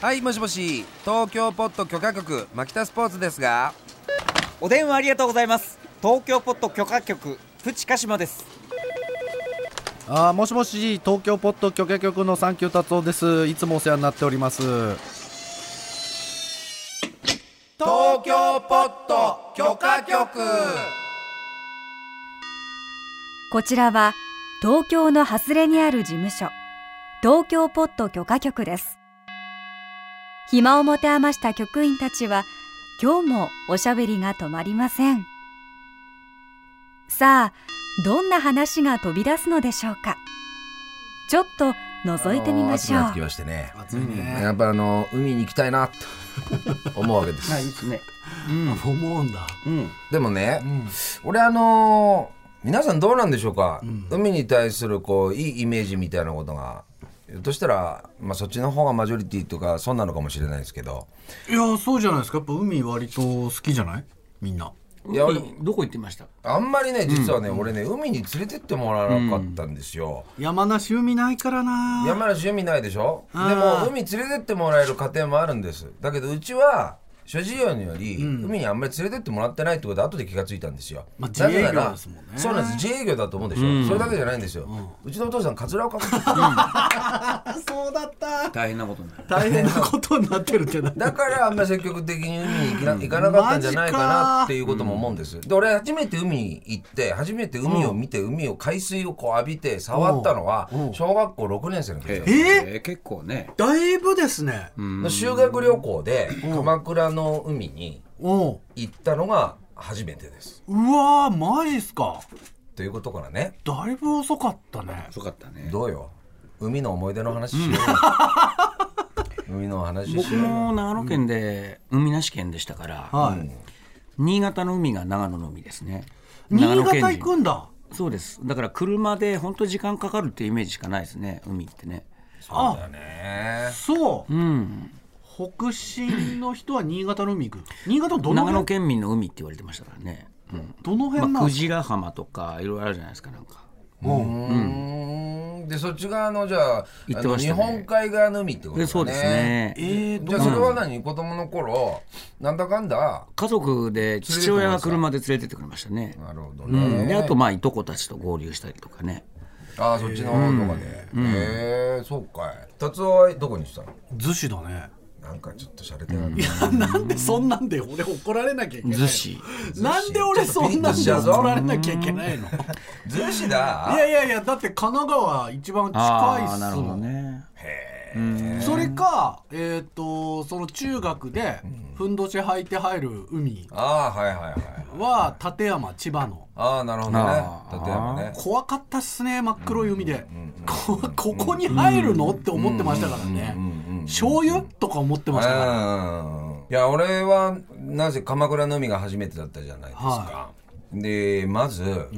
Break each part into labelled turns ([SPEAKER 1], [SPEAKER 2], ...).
[SPEAKER 1] はいもしもし東京ポット許可局牧田スポーツですが
[SPEAKER 2] お電話ありがとうございます東京ポット許可局プチカシマです
[SPEAKER 3] あーもしもし東京ポッド許可局のサンキュー達夫ですいつもお世話になっております
[SPEAKER 1] 東京ポット許可局
[SPEAKER 4] こちらは東京の外れにある事務所、東京ポット許可局です。暇を持て余した局員たちは、今日もおしゃべりが止まりません。さあ、どんな話が飛び出すのでしょうか。ちょっと覗いてみましょ
[SPEAKER 5] あ
[SPEAKER 4] う
[SPEAKER 5] の暑くなって。きましてね。
[SPEAKER 3] 暑いね
[SPEAKER 5] やっぱあの海に行きたいなと思うわ けです。
[SPEAKER 2] はいいいですね
[SPEAKER 3] 思うんだ
[SPEAKER 2] うん
[SPEAKER 5] でもね、俺あのー皆さんどうなんでしょうか、海に対するこういいイメージみたいなことがひょっとしたら、まあ、そっちの方がマジョリティとかそうなのかもしれないですけど
[SPEAKER 3] いやそうじゃないですかやっぱ海割と好きじゃないみんない
[SPEAKER 5] や俺
[SPEAKER 6] どこ行ってました
[SPEAKER 5] あんまりね実はね、俺ね海に連れてってもらわなかったんですよ。
[SPEAKER 3] 山梨海ないからな
[SPEAKER 5] 山梨海ないでしょで
[SPEAKER 3] あー
[SPEAKER 5] も海連れてってもらえる家庭もあるんですだけどうちは諸事情により、海にあんまり連れてってもらってないってことで後で気がついたんですよ、
[SPEAKER 3] まあ
[SPEAKER 5] な
[SPEAKER 3] 自営
[SPEAKER 5] ぜな
[SPEAKER 3] 業
[SPEAKER 5] ら
[SPEAKER 3] ですもんね
[SPEAKER 5] そうなんです自営業だと思うでしょ、それだけじゃないんですよ、うちのお父さんカツラをかぶってた
[SPEAKER 3] そうだった
[SPEAKER 6] 大変なことになる
[SPEAKER 3] 大変なことになってるって な
[SPEAKER 5] だからあんまり積極的に海に行きな行かなかったんじゃないかなっていうことも思うんですで俺初めて海に行って初めて海を見て、海を海水をこう浴びて触ったのは小学校6年生の時です
[SPEAKER 6] え結構ね
[SPEAKER 3] だいぶですね
[SPEAKER 5] の修学旅行で鎌倉の海に
[SPEAKER 3] おう
[SPEAKER 5] 行ったのが初めてです。
[SPEAKER 3] うわーマジっすか
[SPEAKER 5] ということからね、
[SPEAKER 3] だいぶ遅かったね
[SPEAKER 6] よかったね
[SPEAKER 5] どうよ、海の思い出の話しよう。 海の話し
[SPEAKER 6] 僕
[SPEAKER 5] ようよ。
[SPEAKER 6] も長野県で海なし県でしたから、
[SPEAKER 3] はい
[SPEAKER 6] 新潟の海が長野の海ですね
[SPEAKER 3] 新
[SPEAKER 6] 長野
[SPEAKER 3] 潟
[SPEAKER 6] 県
[SPEAKER 3] 行
[SPEAKER 6] 人
[SPEAKER 3] くんだ
[SPEAKER 6] そうですだから車で本当時間かかるっていうイメージしかないですね海ってね
[SPEAKER 5] そうだね。
[SPEAKER 3] そう、
[SPEAKER 6] うん
[SPEAKER 3] 北進の人は新潟の海行く新潟のどの
[SPEAKER 6] 長
[SPEAKER 3] 辺
[SPEAKER 6] 野県民の海って言われてましたからね、うん
[SPEAKER 3] どの辺な
[SPEAKER 6] まあ、
[SPEAKER 3] の、
[SPEAKER 6] クジラ浜とかいろいろあるじゃないですかなんか
[SPEAKER 5] うーん。で、そっち側のじゃあ、
[SPEAKER 6] 行
[SPEAKER 5] あ
[SPEAKER 6] って
[SPEAKER 5] の
[SPEAKER 6] まし
[SPEAKER 5] 日
[SPEAKER 6] たね
[SPEAKER 5] 本海側の海ってことだ
[SPEAKER 6] で
[SPEAKER 5] ね。
[SPEAKER 6] そうですね、
[SPEAKER 3] えー、
[SPEAKER 5] じ
[SPEAKER 3] ど
[SPEAKER 5] ゃあそれは何子供の頃なんだかんだ
[SPEAKER 6] 家族で父親が車で連れてってくれましたね
[SPEAKER 5] なるほど
[SPEAKER 6] う
[SPEAKER 5] ね、
[SPEAKER 6] ん、であとまあいとこたちと合流したりとかね
[SPEAKER 5] ああそっちの方とかでへえそうかい達夫はどこにしたの
[SPEAKER 3] 逗子だね
[SPEAKER 5] なんかちょっと洒落て ない
[SPEAKER 3] いや なんでそんなんで俺怒られなきゃいけない
[SPEAKER 6] 逗子
[SPEAKER 3] のなんで俺そんなんで怒られなきゃいけないのい
[SPEAKER 5] 逗子だ
[SPEAKER 3] やいやいやだって神奈川一番近いっ
[SPEAKER 6] ああなる
[SPEAKER 3] す
[SPEAKER 6] ほ
[SPEAKER 3] も
[SPEAKER 6] ど
[SPEAKER 3] ん、
[SPEAKER 6] ね
[SPEAKER 3] それかえっ、とその中学でふんどし履いて入る海
[SPEAKER 5] ああはいはいはい
[SPEAKER 3] は立山千葉の
[SPEAKER 5] ああなるほどね
[SPEAKER 6] あー
[SPEAKER 5] 立山ね
[SPEAKER 3] 怖かったっすね真っ黒い海で、こここに入るのって思ってましたからね、醤油とか思ってましたから、
[SPEAKER 5] うんいや俺はなぜ鎌倉の海が初めてだったじゃないですか、
[SPEAKER 3] は
[SPEAKER 5] でまず、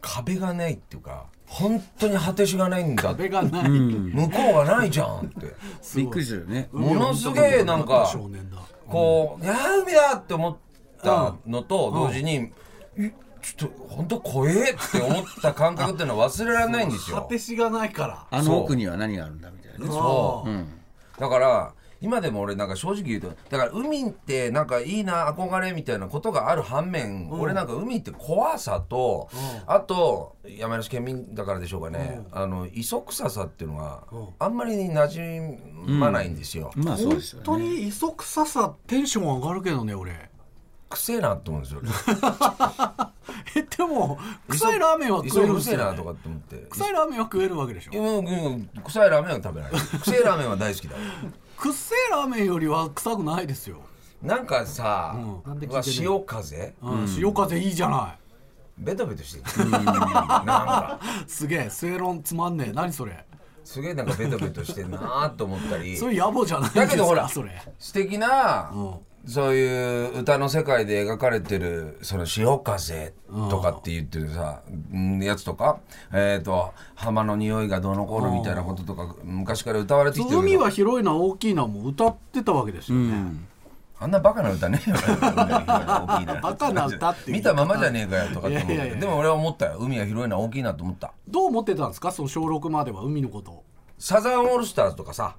[SPEAKER 5] 壁がないっていうか本当に果てしがないんだ
[SPEAKER 3] 壁がない、
[SPEAKER 5] 向こうがないじゃんって
[SPEAKER 6] びっくりするよね
[SPEAKER 5] ものすげえなんか
[SPEAKER 3] 少年だ
[SPEAKER 5] こう「いやー海だ!」って思ったのと同時に「えちょっと本当怖え!」って思った感覚っていうのは忘れられないんです
[SPEAKER 3] 果
[SPEAKER 5] よ
[SPEAKER 3] てしがないから
[SPEAKER 6] あの奥には何があるんだみたいなね
[SPEAKER 5] そう、
[SPEAKER 3] う
[SPEAKER 5] だから今でも俺なんか正直言うとだから海ってなんかいいな憧れみたいなことがある反面、俺なんか海って怖さと、あと山梨県民だからでしょうかね、あの磯臭さっていうのがあんまり馴染まないんですよ、
[SPEAKER 6] まあそう
[SPEAKER 3] 本
[SPEAKER 6] ですよ
[SPEAKER 3] 当
[SPEAKER 6] ね
[SPEAKER 3] に磯臭さテンション上がるけどね 俺
[SPEAKER 5] 臭えなって思うんですよ
[SPEAKER 3] えでも臭いラーメンは食
[SPEAKER 5] 磯
[SPEAKER 3] えるんです
[SPEAKER 5] 臭え
[SPEAKER 3] よ、
[SPEAKER 5] な
[SPEAKER 3] ね
[SPEAKER 5] と、かって思 って
[SPEAKER 3] 臭いラーメンは食えるわけでしょ
[SPEAKER 5] うんうん臭いラーメンは食べない臭いラーメンは大好きだ
[SPEAKER 3] くっせえラーメンよりは臭くないですよ、
[SPEAKER 5] なんかさ、
[SPEAKER 3] うんなんで聞いて
[SPEAKER 5] う
[SPEAKER 3] ん
[SPEAKER 5] わ
[SPEAKER 3] の
[SPEAKER 5] 潮風
[SPEAKER 3] うん、潮風いいじゃない
[SPEAKER 5] ベトベトしてるなんか
[SPEAKER 3] すげえ正論つまんねえ何それ
[SPEAKER 5] すげえなんかベトベトしてんなーと思った り
[SPEAKER 3] それ野暮じゃないですか
[SPEAKER 5] だけどほら
[SPEAKER 3] それ
[SPEAKER 5] 素敵な、
[SPEAKER 3] う
[SPEAKER 5] そういう歌の世界で描かれてるその潮風とかって言ってるさ、うんやつとか、えー、と浜の匂いがどうのこうのみたいなこととか昔から歌われてきてるけど
[SPEAKER 3] 海は広いな大きいなも歌ってたわけですよね、
[SPEAKER 5] あんなバカな歌ねえよ。バ
[SPEAKER 3] バカな歌っていう
[SPEAKER 5] 見たままじゃねえかよとかって思うけど
[SPEAKER 3] いやいやいや
[SPEAKER 5] でも俺は思ったよ。海は広いな、大きいなと思った。
[SPEAKER 3] どう思ってたんですかその小6までは海のこと
[SPEAKER 5] サザンオールスターズとかさ。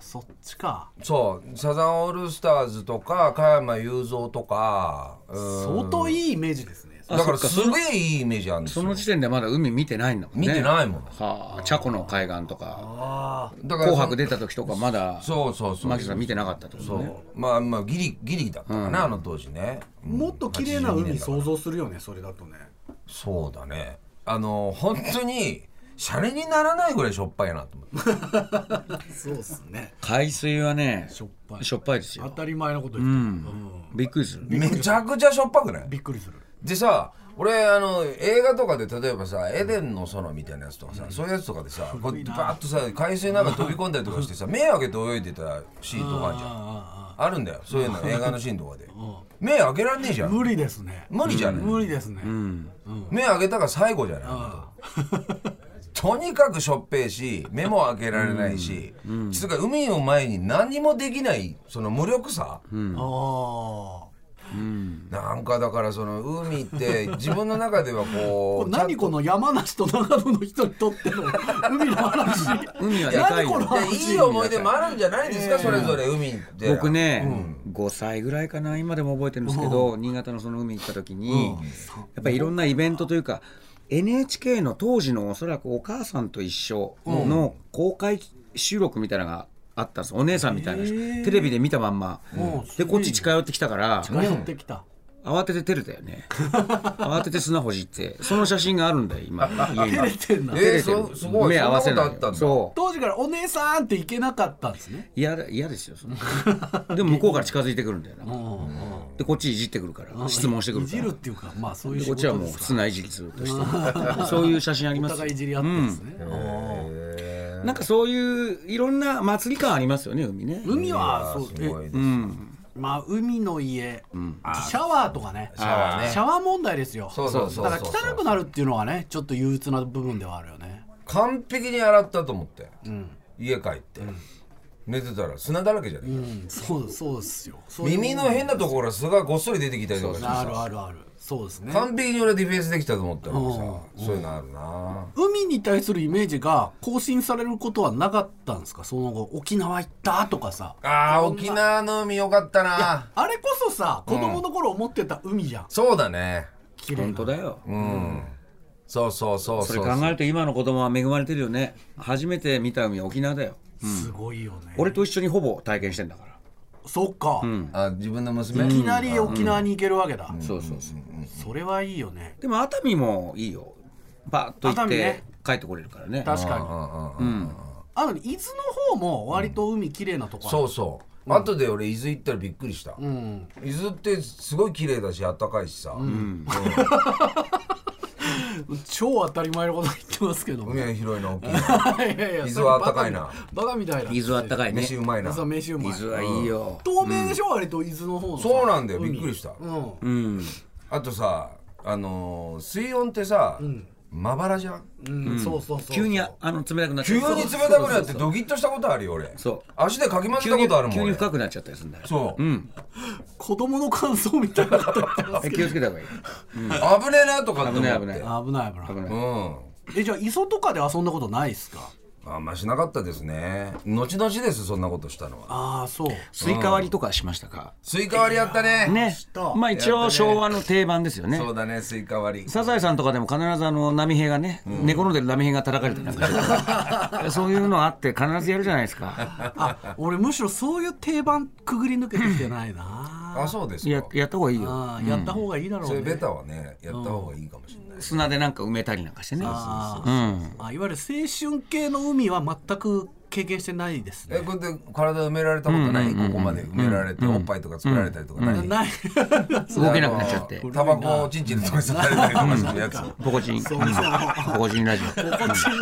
[SPEAKER 3] そっちか
[SPEAKER 5] そうサザンオールスターズとか加山雄三とか、うん
[SPEAKER 3] 相当いいイメージですね
[SPEAKER 6] あ
[SPEAKER 5] だから
[SPEAKER 6] そっか
[SPEAKER 5] すげえいいイメージあるんです
[SPEAKER 6] そ
[SPEAKER 5] よ
[SPEAKER 6] の時点でまだ海見てないんだもんね
[SPEAKER 5] 見てないもん
[SPEAKER 6] はあ茶子の海岸とか
[SPEAKER 3] あ
[SPEAKER 5] だから
[SPEAKER 6] 紅白出た時とかまだ
[SPEAKER 5] そうそうそう
[SPEAKER 6] 牧さん見てなかったってこと
[SPEAKER 5] そう、
[SPEAKER 6] ね
[SPEAKER 5] まあまあギリギリだったかな、あの当時ね
[SPEAKER 3] ーもっと綺麗な海想
[SPEAKER 5] そう
[SPEAKER 3] 像するよねそれだとね
[SPEAKER 5] そうだねあの本当にシャレにならないぐらいしょっぱいなと思って
[SPEAKER 3] そうっすね
[SPEAKER 6] 海水はねし
[SPEAKER 3] ょっぱい
[SPEAKER 6] ょっぱいです
[SPEAKER 3] 当
[SPEAKER 6] よ
[SPEAKER 3] たり前のこと言ってる、うん
[SPEAKER 6] びっくりする
[SPEAKER 5] めちゃくちゃしょっぱくない
[SPEAKER 3] びっくりする
[SPEAKER 5] でさ俺あの映画とかで例えばさ「エデンの園」みたいなやつとかさ、そういうやつとかでさこうバーッとさ海水なんか飛び込んだりとかしてさ目開けて泳いでたシーンとかあるじゃん
[SPEAKER 3] あ
[SPEAKER 5] あるんだよそういうの映画のシーンとかで目開けらんねえじゃ
[SPEAKER 3] あ無
[SPEAKER 5] ん
[SPEAKER 3] 理ですね
[SPEAKER 5] 無理じゃない
[SPEAKER 3] 無理ですね、
[SPEAKER 5] 目開けたが最後じゃないとにかくしょっぺいし目も開けられないし、つうか海を前に何もできないその無力さ、
[SPEAKER 3] ああ
[SPEAKER 5] なんかだからその海って自分の中では こ
[SPEAKER 3] こ
[SPEAKER 5] う
[SPEAKER 3] れ何この山梨と長野の人にとっての海の話
[SPEAKER 6] 海はでかい
[SPEAKER 3] 何
[SPEAKER 6] よ
[SPEAKER 3] この
[SPEAKER 5] で
[SPEAKER 3] 話
[SPEAKER 5] いい思い出もあるんじゃないですか、それぞれ海で
[SPEAKER 6] 僕ね、5歳ぐらいかな今でも覚えてるんですけど、新潟のその海行った時に、やっぱりいろんなイベントというか NHK の当時のおそらく「お母さんと一緒」の公開収録みたいなのがあったんですお姉さんみたいな人、テレビで見たまんま、
[SPEAKER 3] うん
[SPEAKER 6] でこっち近寄ってきたから
[SPEAKER 3] 寄ってきた
[SPEAKER 6] 慌てて照れたよね慌てて砂ほじってその写真があるんだよ今家に
[SPEAKER 3] 照れてんな
[SPEAKER 6] 照
[SPEAKER 5] えー
[SPEAKER 6] れて
[SPEAKER 5] そ
[SPEAKER 6] る
[SPEAKER 5] すごい
[SPEAKER 6] 目合わせない
[SPEAKER 5] そんなことあったんだ
[SPEAKER 6] そう
[SPEAKER 3] 当時からお姉さんって行けなかったんですね
[SPEAKER 6] 嫌だ嫌ですよそのでも向こうから近づいてくるんだよな、でこっちいじってくるから質問してくる
[SPEAKER 3] い
[SPEAKER 6] か
[SPEAKER 3] じる
[SPEAKER 6] ら
[SPEAKER 3] っていうかまあそういう
[SPEAKER 6] で
[SPEAKER 3] 仕
[SPEAKER 6] こっちは
[SPEAKER 3] 事
[SPEAKER 6] もう
[SPEAKER 3] です
[SPEAKER 6] 普
[SPEAKER 3] か
[SPEAKER 6] 通ないじりするとしてそういう写真あり
[SPEAKER 3] ら
[SPEAKER 6] ま
[SPEAKER 3] お
[SPEAKER 6] す
[SPEAKER 3] 互いいじり合ってんですね、うん
[SPEAKER 5] え
[SPEAKER 6] なんかそういういろんな祭り感ありますよね海ね
[SPEAKER 3] 海は
[SPEAKER 5] ー
[SPEAKER 3] そう
[SPEAKER 5] すごいです、
[SPEAKER 3] えまあ海の家、シャワーとかねシ
[SPEAKER 5] ャワーね
[SPEAKER 3] 問題ですよ
[SPEAKER 5] そうそうそう
[SPEAKER 3] だから汚くなるっていうのはねちょっと憂鬱な部分ではあるよね
[SPEAKER 5] 完璧に洗ったと思って、家帰って、寝てたら砂だらけじゃない、
[SPEAKER 3] うんそうそうですよそういう
[SPEAKER 5] 耳の変なところから砂がごっそり出てきたりとかして
[SPEAKER 3] あ
[SPEAKER 5] さ
[SPEAKER 3] るあるあるそうですね
[SPEAKER 5] 完璧に俺ディフェンスできたと思ったからさそういうのあるな
[SPEAKER 3] 海に対するイメージが更新されることはなかったんですかその後沖縄行ったとかさ
[SPEAKER 5] あー沖縄の海よかったな
[SPEAKER 3] あれこそさ子供の頃思ってた海じゃん、
[SPEAKER 5] そうだね
[SPEAKER 3] 綺麗
[SPEAKER 6] 本
[SPEAKER 3] な
[SPEAKER 6] 当だよ
[SPEAKER 5] うんそうそうそう
[SPEAKER 6] そうれ考えると今の子供は恵まれてるよね初めて見た海は沖縄だよ
[SPEAKER 3] すごいよね、
[SPEAKER 6] 俺と一緒にほぼ体験してんだから
[SPEAKER 3] そっか、
[SPEAKER 5] あ自分の娘
[SPEAKER 3] いきなり沖縄に行けるわけだ、
[SPEAKER 6] そうそうそう
[SPEAKER 3] それはいいよね
[SPEAKER 6] でも熱海もいいよバッと行っ
[SPEAKER 3] 熱海
[SPEAKER 6] て
[SPEAKER 3] ね
[SPEAKER 6] 帰ってこれるからね
[SPEAKER 3] 確かに
[SPEAKER 5] うんうんうん
[SPEAKER 3] あの伊豆の方も割と海綺麗なとこある
[SPEAKER 5] そうそう後で俺伊豆行ったらびっくりした
[SPEAKER 3] うん、
[SPEAKER 5] 伊豆ってすごい綺麗だし暖かいしさ
[SPEAKER 3] 超当たり前のこと言ってますけど
[SPEAKER 5] 海
[SPEAKER 3] ね、
[SPEAKER 5] は広いな大きい
[SPEAKER 3] いやいや
[SPEAKER 5] 伊豆は暖かいな
[SPEAKER 3] バカみたいな
[SPEAKER 6] 伊豆あったかいね
[SPEAKER 5] 飯う
[SPEAKER 6] 伊
[SPEAKER 5] まいな
[SPEAKER 3] 飯飯うまい
[SPEAKER 6] 豆はいいよ
[SPEAKER 3] 透明でしょ、割と伊豆の方のさ
[SPEAKER 5] そうなんだよびっくりした
[SPEAKER 3] うん
[SPEAKER 6] うん
[SPEAKER 5] あとさあのー水温ってさまばらじゃん
[SPEAKER 3] うん、そうそうそう
[SPEAKER 6] 急にああの冷たくなっちゃ
[SPEAKER 5] 急
[SPEAKER 6] う
[SPEAKER 5] に冷たくなってドキッとしたことあるよ俺
[SPEAKER 6] そう
[SPEAKER 5] 足でかき混ぜ
[SPEAKER 6] 急
[SPEAKER 5] た
[SPEAKER 6] に
[SPEAKER 5] ことあるもん
[SPEAKER 6] 急に
[SPEAKER 5] 俺
[SPEAKER 6] 深くなっちゃったりするんだよ
[SPEAKER 5] そう
[SPEAKER 3] 子供の感想みたいなこと言ってます
[SPEAKER 6] え気をつけた 方がいい
[SPEAKER 5] 危ねえなとかって思って
[SPEAKER 6] 危ない危な
[SPEAKER 3] 危ない危ない
[SPEAKER 6] 危ない
[SPEAKER 5] うん
[SPEAKER 3] えじゃあ磯とかで遊んだことないですか
[SPEAKER 5] あんましなかったですね後々ですそんなことしたのは
[SPEAKER 3] ああそう
[SPEAKER 6] スイカ割りとかしましたか
[SPEAKER 5] スイカ割りやったね
[SPEAKER 6] ねまあ一応昭和の定番ですよね
[SPEAKER 5] そうだねスイカ割り
[SPEAKER 6] サザエさんとかでも必ずあの波平がね、寝転んでる波平が叩かれてなんかしてるそういうのあって必ずやるじゃないですか
[SPEAKER 3] あ俺むしろそういう定番くぐり抜けてきてないな
[SPEAKER 5] あそうです
[SPEAKER 6] や
[SPEAKER 5] か
[SPEAKER 6] やった方がいいよ
[SPEAKER 3] あーやった方がいいだろ
[SPEAKER 5] そうれ
[SPEAKER 3] ね、
[SPEAKER 5] ベタはねやった方がいいかもしれない
[SPEAKER 6] 砂でなんか埋めたりなんかしてね
[SPEAKER 3] あ
[SPEAKER 6] う
[SPEAKER 3] ー
[SPEAKER 6] ん
[SPEAKER 3] あいわゆる青春系の海は全く経験してないです
[SPEAKER 5] え
[SPEAKER 3] ね
[SPEAKER 5] これで体埋められたことないここまで埋められておっぱいとか作られたりとかない
[SPEAKER 3] ない
[SPEAKER 6] 動けなくなっちゃって
[SPEAKER 5] あのタバコをチンチンとかされたりとかするやつ
[SPEAKER 6] ポコチン
[SPEAKER 3] そうそう
[SPEAKER 6] ポコチンラジ
[SPEAKER 3] ここチンラジオやめなさい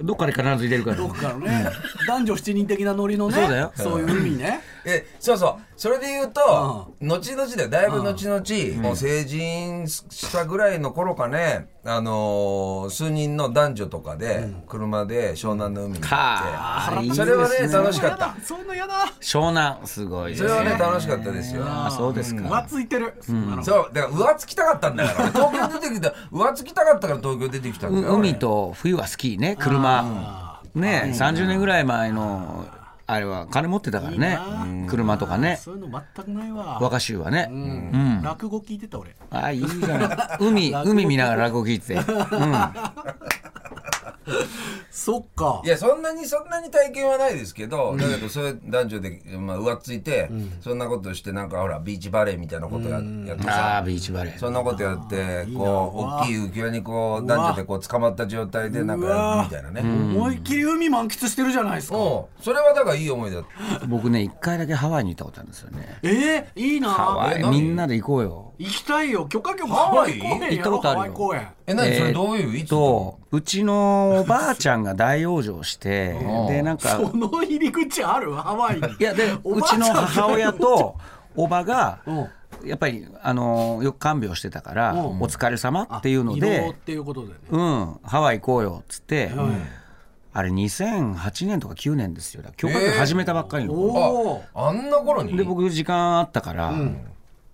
[SPEAKER 6] オどっかで必ず入れるから
[SPEAKER 3] 僕からね男女七人的なノリのね
[SPEAKER 6] そうだよ
[SPEAKER 3] そういう海ね
[SPEAKER 5] えそうそうそれで言うと後々だよだいぶ後々もう成人したぐらいの頃かねあのー数人の男女とかで車で湘南の海に
[SPEAKER 6] か
[SPEAKER 5] 行
[SPEAKER 6] ー
[SPEAKER 5] っ
[SPEAKER 6] いいで
[SPEAKER 5] て
[SPEAKER 6] すね
[SPEAKER 5] それはね楽しかった
[SPEAKER 3] そんなやだ
[SPEAKER 6] 湘南すごいです
[SPEAKER 5] そ
[SPEAKER 6] ね
[SPEAKER 5] れはね楽しかったですよ
[SPEAKER 6] あそうですか、
[SPEAKER 3] 浮ついてるそんなの
[SPEAKER 5] そうだから上つきたかったんだから俺東京出てきた上つきたかったから東京出てきたんだ
[SPEAKER 6] う
[SPEAKER 5] よ俺
[SPEAKER 6] 海と冬はスキーね車ね30年ぐらい前のあれは金持ってたから
[SPEAKER 3] いい
[SPEAKER 6] ね
[SPEAKER 3] な
[SPEAKER 6] うん車とかね
[SPEAKER 3] そういうの全くないわ
[SPEAKER 6] 若衆はね、
[SPEAKER 3] うん落語聞いてた俺
[SPEAKER 6] ああいいじゃない 海海見ながら落語聞い てて、う
[SPEAKER 3] そっか
[SPEAKER 5] いやそんなにそんなに体験はないですけど、だけどそういう男女で、まあ、浮ついて、そんなことしてなんかほらビーチバレーみたいなことや,、やって
[SPEAKER 6] ん、ああ
[SPEAKER 5] さ
[SPEAKER 6] ビーチバレー
[SPEAKER 5] そんなことやって
[SPEAKER 3] いいなう
[SPEAKER 5] こ
[SPEAKER 3] わ
[SPEAKER 5] う大きい浮き輪にこう男女でこう捕まった状態でなんかやるみたいなね
[SPEAKER 3] 思いっきり海満喫してるじゃないですか
[SPEAKER 5] おうそれはだからいい思いだった
[SPEAKER 6] 僕ね一回だけハワイに行ったことあるんですよね
[SPEAKER 3] えー、いい
[SPEAKER 6] ハ
[SPEAKER 3] な
[SPEAKER 6] ワ
[SPEAKER 5] え
[SPEAKER 6] イ
[SPEAKER 5] 何
[SPEAKER 6] みんなで行こうよ
[SPEAKER 3] 行きたいよ許可局
[SPEAKER 5] ハワイ
[SPEAKER 3] ハ公園やろ
[SPEAKER 6] 行ったことあるよ
[SPEAKER 3] ハワイ公園
[SPEAKER 5] え何そ
[SPEAKER 6] え
[SPEAKER 5] れ
[SPEAKER 6] ー
[SPEAKER 5] どういういつ
[SPEAKER 6] とうちのおばあちゃんが大往生して でなんか
[SPEAKER 3] その入り口あるハワイに
[SPEAKER 6] いやでう
[SPEAKER 3] おばあ
[SPEAKER 6] ち
[SPEAKER 3] ゃん
[SPEAKER 6] の母親とおばが
[SPEAKER 3] うん
[SPEAKER 6] やっぱりあのよく看病してたから
[SPEAKER 3] うん
[SPEAKER 6] 「お疲れ様っていうの
[SPEAKER 3] 移動っ
[SPEAKER 6] で
[SPEAKER 3] ていうことでね
[SPEAKER 6] 「うんハワイ行こうよ」っつって
[SPEAKER 3] はい
[SPEAKER 6] あれ2008年とか9年ですよだから教科書始めたばっかりの頃
[SPEAKER 3] おお
[SPEAKER 5] あんな頃に
[SPEAKER 6] で僕時間あったから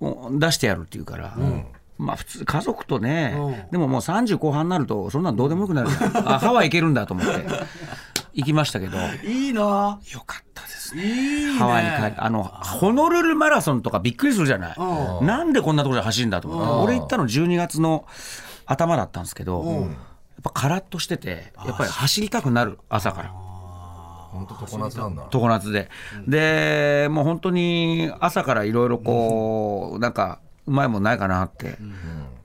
[SPEAKER 6] もう出してやるって言うから。まあ普通家族とね
[SPEAKER 3] うん
[SPEAKER 6] でももう30後半になるとそんなんどうでもよくなるじゃんあハワイ行けるんだと思 って行きましたけど
[SPEAKER 3] いいな
[SPEAKER 6] よかったです
[SPEAKER 3] いいね
[SPEAKER 6] ハワイに帰るあのホノルルマラソンとかびっくりするじゃない、
[SPEAKER 3] う
[SPEAKER 6] なんでこんなところで走るんだと思って、俺行ったの12月の頭だったんですけど、やっぱカラッとしててやっぱり走りたくなる朝から
[SPEAKER 5] 本当常夏なんだ
[SPEAKER 6] 常夏で、でもう本当に朝からいろいろこう、なんかうまいもんないかなって、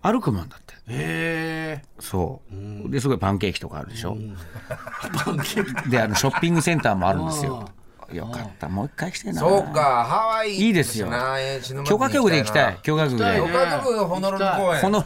[SPEAKER 6] 歩くもんだって
[SPEAKER 3] へえ
[SPEAKER 6] そう、ですごいパンケーキとかあるでしょ、
[SPEAKER 3] パンケーキ
[SPEAKER 6] であのショッピングセンターもあるんですよよかったもう一回来てえな
[SPEAKER 5] そうかハワイ
[SPEAKER 6] いいですよ許可局で行きたい許可局で
[SPEAKER 3] 行きたい
[SPEAKER 5] 許
[SPEAKER 3] ね
[SPEAKER 5] 可局ホノルル公園
[SPEAKER 6] この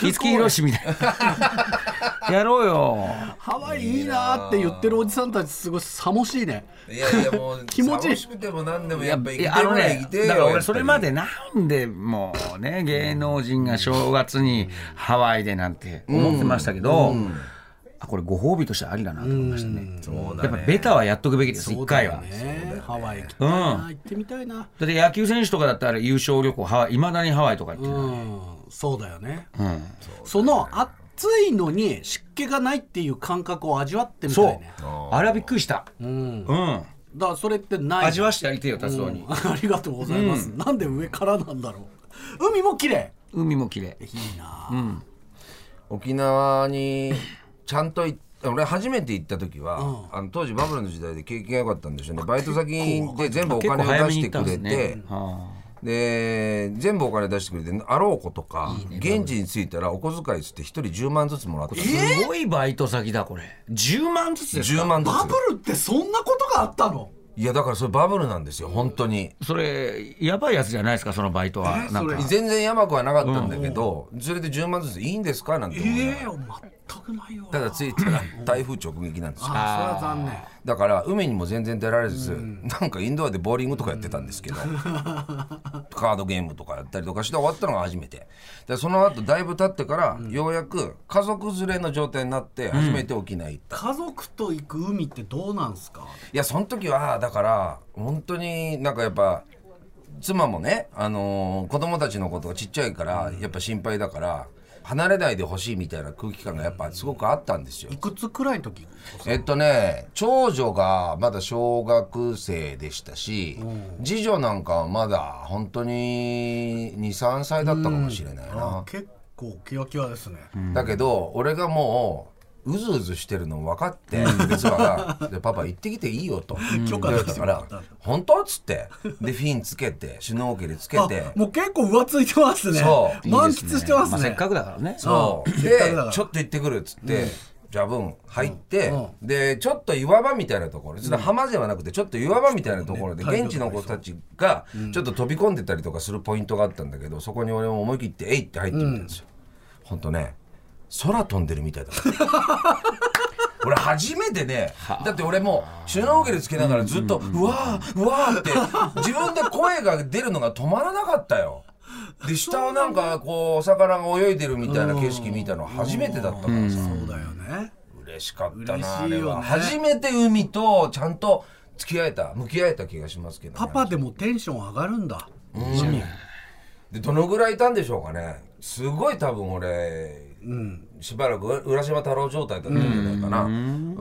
[SPEAKER 6] 五木ひろしみたい なやろうよ
[SPEAKER 3] ハワイいいなって言ってるおじさんたちすごい寂しいね
[SPEAKER 5] いやいやもう
[SPEAKER 3] 気持ちいい
[SPEAKER 5] 寂しくても何でもやっぱ生き
[SPEAKER 6] い
[SPEAKER 5] て
[SPEAKER 6] や
[SPEAKER 5] る
[SPEAKER 6] あの
[SPEAKER 5] の生
[SPEAKER 6] ね
[SPEAKER 5] きてよ
[SPEAKER 6] だから
[SPEAKER 5] やっぱ
[SPEAKER 6] 俺
[SPEAKER 5] り
[SPEAKER 6] それまでなんでもうね芸能人が正月にハワイでなんて思ってましたけど、あこれご褒美としてありだなと思いましたね、
[SPEAKER 5] そうだ
[SPEAKER 6] やっぱベタはやっとくべきです、一
[SPEAKER 3] そうだ
[SPEAKER 6] 回
[SPEAKER 3] よ
[SPEAKER 6] は
[SPEAKER 3] ねハワイ行きたいな行ってみたいな
[SPEAKER 6] だって野球選手とかだったら優勝旅行ハワイいまだにハワイとか行ってる、
[SPEAKER 3] うんそうだよね
[SPEAKER 6] うん
[SPEAKER 3] その暑いのに湿気がないっていう感覚を味わってみた
[SPEAKER 6] そ
[SPEAKER 3] い
[SPEAKER 6] う
[SPEAKER 3] ね
[SPEAKER 6] あれはびっくりした
[SPEAKER 3] うん
[SPEAKER 6] うん
[SPEAKER 3] だからそれってない
[SPEAKER 6] 味わしてやりてえよ達郎に
[SPEAKER 3] うん ありがとうございます、なんで上からなんだろう海も綺麗
[SPEAKER 6] 海も綺麗
[SPEAKER 3] いいな、
[SPEAKER 5] 沖縄にちゃんと行っ俺初めて行った時は、あの当時バブルの時代で景気が良かったんですよねバイト先で全部お
[SPEAKER 6] 結構
[SPEAKER 5] 金
[SPEAKER 6] 早
[SPEAKER 5] を出
[SPEAKER 6] めに
[SPEAKER 5] し
[SPEAKER 6] 行ってた
[SPEAKER 5] く
[SPEAKER 6] んです
[SPEAKER 5] れて
[SPEAKER 6] ね、はあ
[SPEAKER 5] で全部お金出してくれてあろうことか現地に着いたらお小遣いつって一人10万ずつもらってた
[SPEAKER 6] すごいバイト先だこれ10万ずつです
[SPEAKER 5] 10万ず
[SPEAKER 3] バブルってそんなことがあったの
[SPEAKER 5] ついやだからそれバブルなんですよ本当に
[SPEAKER 6] それやばいやつじゃないですかそのバイトはなんか
[SPEAKER 5] 全然やばくはなかったんだけど、それで10万ずついいんですかなんて思いながら
[SPEAKER 3] ええ全くないよ
[SPEAKER 5] ただ着いたら台風直撃なんですよ
[SPEAKER 3] あそれは残念
[SPEAKER 5] だから海にも全然出られず、なんかインドアでボーリングとかやってたんですけ ど、カードゲームとかやったりとかして終わったのが初めてでその後だいぶ経ってから、ようやく家族連れの状態になって初めて沖縄行った、
[SPEAKER 3] 家族と行く海ってどうなんすか
[SPEAKER 5] いやその時はだから本当になんかやっぱ妻もね、あのー子供たちのことがちっちゃいから、やっぱ心配だから離れないでほしいみたいな空気感がやっぱすごくあったんですよ
[SPEAKER 3] い。くつくらいの時
[SPEAKER 5] えっとね長女がまだ小学生でしたし、次女なんかはまだ本当に23歳だったかもしれないな、
[SPEAKER 3] 結構キワキワですね、
[SPEAKER 5] だけど俺がもううずうずしてるの分かって実はが「でパパ行ってきていいよ」と
[SPEAKER 3] 許
[SPEAKER 5] 言
[SPEAKER 3] 可
[SPEAKER 5] われ
[SPEAKER 3] 出したても
[SPEAKER 5] か
[SPEAKER 3] ら
[SPEAKER 5] ら
[SPEAKER 3] った
[SPEAKER 5] 「本当?」っつってでフィンつけてシュノーケルつけて
[SPEAKER 3] あもう結構浮ついてますね
[SPEAKER 5] そう
[SPEAKER 3] 満喫してますね
[SPEAKER 6] あせっかくだからね
[SPEAKER 5] そう
[SPEAKER 3] せっか
[SPEAKER 5] で
[SPEAKER 3] くだから
[SPEAKER 5] ちょっと行ってくるっつって、ジャブン入って、でちょっと岩場みたいなところそれ浜ではなくてちょっと岩場みたいなところで、現地の子たちがちょっと飛び込んでたりとかするポイントがあったんだけどそこに俺も思い切って「えい!」って入ってみたんですよ。ほんとね空飛んでるみたいだった俺初めてね、だって俺もうシュノーケルつけながらずっと「うわーうわー」って自分で声が出るのが止まらなかったよで下をなんかこうお魚が泳いでるみたいな景色見たの初めてだったからさ
[SPEAKER 3] そうだよね
[SPEAKER 5] 嬉しかった
[SPEAKER 3] 嬉しいよね
[SPEAKER 5] なあれは初めて海とちゃんと付き合えた向き合えた気がしますけどね
[SPEAKER 3] パパでもテンション上がるんだ、海
[SPEAKER 5] でどのぐらいいたんでしょうかねすごい多分俺、しばらく浦島太郎状態だったんじゃないかな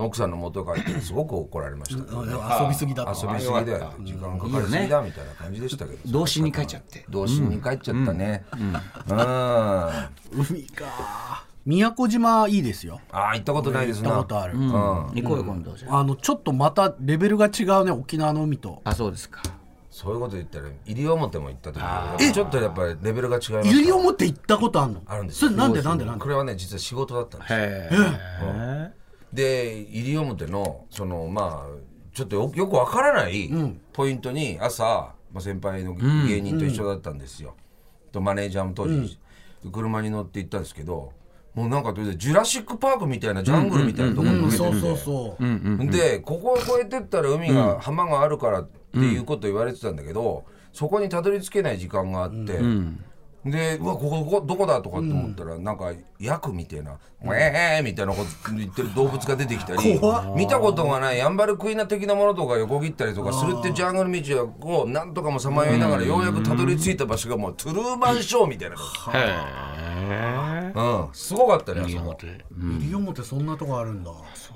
[SPEAKER 5] 奥さんの元へ帰ってすごく怒られましたけどね、
[SPEAKER 3] 遊びすぎだと
[SPEAKER 5] 遊びすぎだよ時間かかりすぎだみたいな感じでしたけど
[SPEAKER 6] 童心に帰っちゃって
[SPEAKER 5] 童心に帰っちゃったねうん、あ
[SPEAKER 3] 海か宮古島いいですよ
[SPEAKER 5] あ行ったことないですな
[SPEAKER 3] 行ったことある
[SPEAKER 5] うん
[SPEAKER 6] 行こうよ今度じゃあ
[SPEAKER 3] あのちょっとまたレベルが違うね沖縄の海と
[SPEAKER 6] あそうですか
[SPEAKER 5] そういうこと言ったら西表も行った時やっぱちょっとやっぱりレベルが違いました
[SPEAKER 3] ゆりを持って行ったことあるの
[SPEAKER 5] あるんです
[SPEAKER 3] そ
[SPEAKER 5] よ
[SPEAKER 3] れなんでなんでなんで
[SPEAKER 5] これはね実は仕事だったんですよ
[SPEAKER 6] へえ
[SPEAKER 5] で西表のそのまあちょっとよよくわからないポイントに朝、まあ、先輩の芸人と一緒だったんですよ、とマネージャーも当時、車に乗って行ったんですけどもうなんかとりあえずジュラシック・パークみたいなジャングルみたいなところに
[SPEAKER 3] うん
[SPEAKER 5] 植えて
[SPEAKER 3] そ
[SPEAKER 5] て
[SPEAKER 3] うそうそう
[SPEAKER 5] でここを越えてったら海が、浜があるからっていうことを言われてたんだけど、そこにたどり着けない時間があって、でうわここここどこだとかって思ったら、なんかヤクみたいな「ウェえー!」みたいなこと言ってる動物が出てきたり
[SPEAKER 3] 怖
[SPEAKER 5] 見たことがないヤンバルクイナ的なものとか横切ったりとかするってジャングル道をなんとかもさまよいながらようやくたどり着いた場所がもうトゥルーマンショーみたいな感じ、うん、すごかったねあそこ。
[SPEAKER 3] 西表そんなとこあるんだ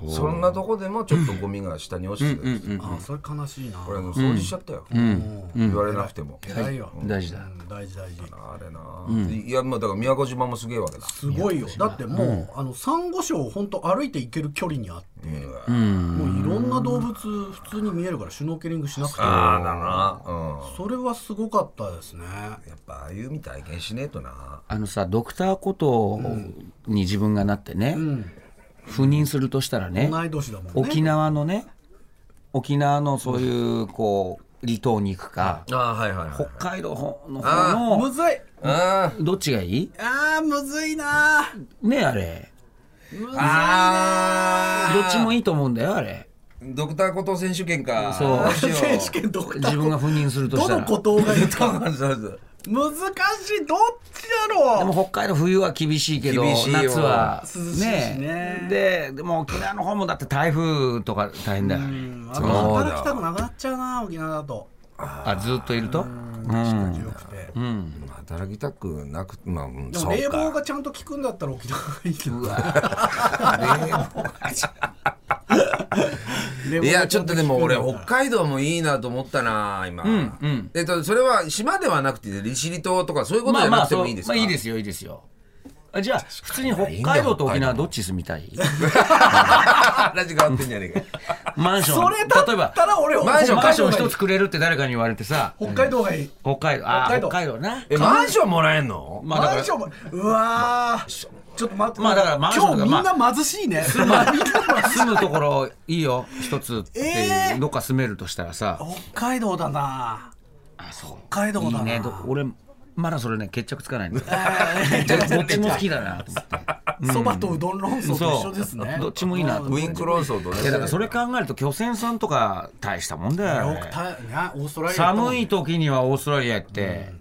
[SPEAKER 5] そんなとこでもちょっとゴミが下に落ちてたりして
[SPEAKER 3] あそれ悲しいな
[SPEAKER 5] 俺の掃除しちゃったよ、言われなくても、
[SPEAKER 3] 偉いよ
[SPEAKER 6] 大事だ
[SPEAKER 3] うん大事大事
[SPEAKER 5] あれなあ、いやまあだから宮古島もすげえわけだ
[SPEAKER 3] すごいよだってもうあのサンゴ礁を本当歩いて行ける距離にあってもういろんな動物普通に見えるからシュノーケリングしなくても
[SPEAKER 5] ああだなうん
[SPEAKER 3] それはすごかったですね
[SPEAKER 5] やっぱああいうみ体験しねえとな
[SPEAKER 6] あのさドクターことに自分がなってね赴任するとしたらね
[SPEAKER 3] 同い年だもんね
[SPEAKER 6] 沖縄のね沖縄のそういうこう離島に行くか
[SPEAKER 5] ああはいはいはい
[SPEAKER 6] 北海道の
[SPEAKER 5] あ
[SPEAKER 6] 方の
[SPEAKER 3] むずい
[SPEAKER 5] あ
[SPEAKER 6] どっちがいい
[SPEAKER 3] あーむずいなー
[SPEAKER 6] ねあれ
[SPEAKER 5] ーあ
[SPEAKER 6] どっちもいいと思うんだよあれ
[SPEAKER 5] ードクター後藤選手権か
[SPEAKER 6] そう
[SPEAKER 5] どしよ
[SPEAKER 3] 選手権どこ
[SPEAKER 6] 自分が赴任するとし
[SPEAKER 3] ど
[SPEAKER 6] た
[SPEAKER 3] の
[SPEAKER 6] ら
[SPEAKER 3] ことがいいか
[SPEAKER 5] そうそうそう
[SPEAKER 3] 難しいどっちだろ
[SPEAKER 6] で
[SPEAKER 3] う
[SPEAKER 6] も北海道冬は厳しいけど
[SPEAKER 5] 厳しいよ
[SPEAKER 6] 夏は
[SPEAKER 3] 涼しいしね
[SPEAKER 6] ででも沖縄の方もだって台風とか大変だよね
[SPEAKER 3] あと働きたくなくなっちゃうな沖縄だと
[SPEAKER 6] あずっといると
[SPEAKER 3] 力強くて
[SPEAKER 5] 働きたくなくまあ、うん、
[SPEAKER 3] で
[SPEAKER 5] そ
[SPEAKER 3] も冷
[SPEAKER 5] う
[SPEAKER 3] 房
[SPEAKER 5] か
[SPEAKER 3] がちゃんと効くんだったら沖縄がいいけ ど冷
[SPEAKER 5] い
[SPEAKER 3] 房
[SPEAKER 5] や
[SPEAKER 3] が
[SPEAKER 5] ちょっ
[SPEAKER 3] ん
[SPEAKER 5] と
[SPEAKER 3] 効く
[SPEAKER 5] で
[SPEAKER 3] んだ
[SPEAKER 5] も俺
[SPEAKER 3] ったら
[SPEAKER 5] 北海道もいいなと思ったな今、えっとそれは島ではなくて利尻島とかそういうこと
[SPEAKER 6] ま
[SPEAKER 5] じ
[SPEAKER 6] あ
[SPEAKER 5] ゃ
[SPEAKER 6] ま
[SPEAKER 5] な
[SPEAKER 6] あ
[SPEAKER 5] くて
[SPEAKER 6] そ
[SPEAKER 5] も
[SPEAKER 6] う
[SPEAKER 5] いいです
[SPEAKER 6] ま
[SPEAKER 5] か、
[SPEAKER 6] あいいですよいいですよあじゃあ普通に北海道と沖縄どっち住みたい
[SPEAKER 5] ラジ変わってんじゃねえか
[SPEAKER 6] マンション
[SPEAKER 3] それだ
[SPEAKER 6] 例えば
[SPEAKER 3] ったら俺
[SPEAKER 5] マンション
[SPEAKER 6] マンション
[SPEAKER 3] 北海道が
[SPEAKER 6] 一
[SPEAKER 3] いい
[SPEAKER 6] つくれるって誰かに言われてさ
[SPEAKER 3] 北海道がいい
[SPEAKER 6] 北海道あー
[SPEAKER 3] 北
[SPEAKER 6] 北
[SPEAKER 3] 海
[SPEAKER 6] 海道な
[SPEAKER 5] えマンションもらえんの、
[SPEAKER 6] まあだか
[SPEAKER 3] マン
[SPEAKER 6] ら
[SPEAKER 3] ションもうわーちょっと待って
[SPEAKER 6] まあだからマンションとか
[SPEAKER 3] 今日みんな貧しいねみんな
[SPEAKER 6] 住むところいいよ一つっていう、
[SPEAKER 3] えー
[SPEAKER 6] どっか住めるとしたらさ
[SPEAKER 3] 北海道だな
[SPEAKER 6] あそう
[SPEAKER 3] 北海道だない
[SPEAKER 6] いねど俺まだそれね決着つかないんだよ どっちも好きだなと思って
[SPEAKER 3] そばとうどん論争と一緒ですね
[SPEAKER 6] どっちもいいなと
[SPEAKER 5] ウ
[SPEAKER 6] 思って
[SPEAKER 5] ィンク論争とね
[SPEAKER 6] いやだからそれ考えると漁船さんとか大したもんだよ、
[SPEAKER 3] よくたなオーストラリア
[SPEAKER 6] 寒い時にはオーストラリア行って、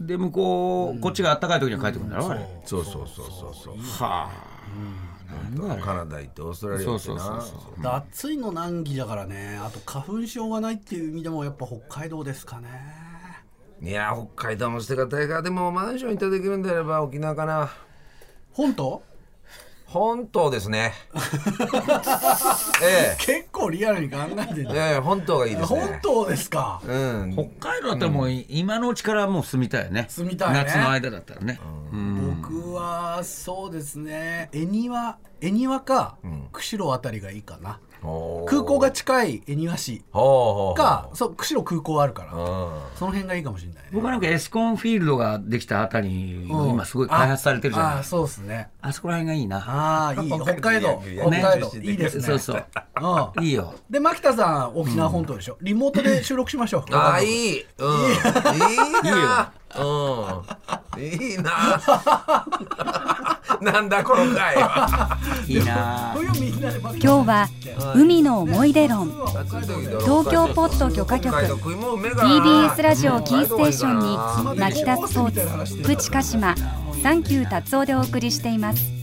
[SPEAKER 6] で向こう、こっちが暖かい時には帰ってくるんだろ、あれ
[SPEAKER 5] そうそうそうそうそう
[SPEAKER 6] はあなんだあれ
[SPEAKER 5] カナダ行ってオーストラリア行ってな
[SPEAKER 6] そうそうそう
[SPEAKER 3] だから暑いの難儀だからねあと花粉症がないっていう意味でもやっぱ北海道ですかね
[SPEAKER 5] いや北海道も捨てがたいがでもマンションいただけるんであれば沖縄かな
[SPEAKER 3] 本島
[SPEAKER 5] 本島ですねえ
[SPEAKER 3] 結構リアルに考えてる
[SPEAKER 5] えいやいや本島がいいですね
[SPEAKER 3] 本島ですか
[SPEAKER 5] うん
[SPEAKER 6] 北海道だったらもう今のうちからもう住みたいよね
[SPEAKER 3] 住みたいね
[SPEAKER 6] 夏の間だったらね、
[SPEAKER 3] 僕はそうですね恵庭恵庭か釧路あたりがいいかな
[SPEAKER 5] ほう
[SPEAKER 3] 空港が近い恵庭市
[SPEAKER 5] ほうほう
[SPEAKER 3] かそう釧路空港あるから
[SPEAKER 5] うん
[SPEAKER 3] その辺がいいかもしれないね
[SPEAKER 6] 僕はなんかエスコンフィールドができたあたりの今すごい開発されてるじゃない
[SPEAKER 3] ああそうですね
[SPEAKER 6] あそこら辺がいいな、
[SPEAKER 3] ああいい 北海道
[SPEAKER 5] いやいや
[SPEAKER 3] 北海道
[SPEAKER 5] ね
[SPEAKER 3] いいですね
[SPEAKER 6] そうそう
[SPEAKER 3] うん
[SPEAKER 6] いいよ
[SPEAKER 3] で牧田さん沖縄本島でしょ、リモートで収録しましょう
[SPEAKER 5] ああいいうんいいなうんいいななんだこの回はい
[SPEAKER 6] いな
[SPEAKER 3] 冬みんなで牧田さん
[SPEAKER 4] 今日は海の思い出論東京ポット許可局 TBS ラジオキーステーションにマキタスポーツプチカシマサンキュー達夫でお送りしています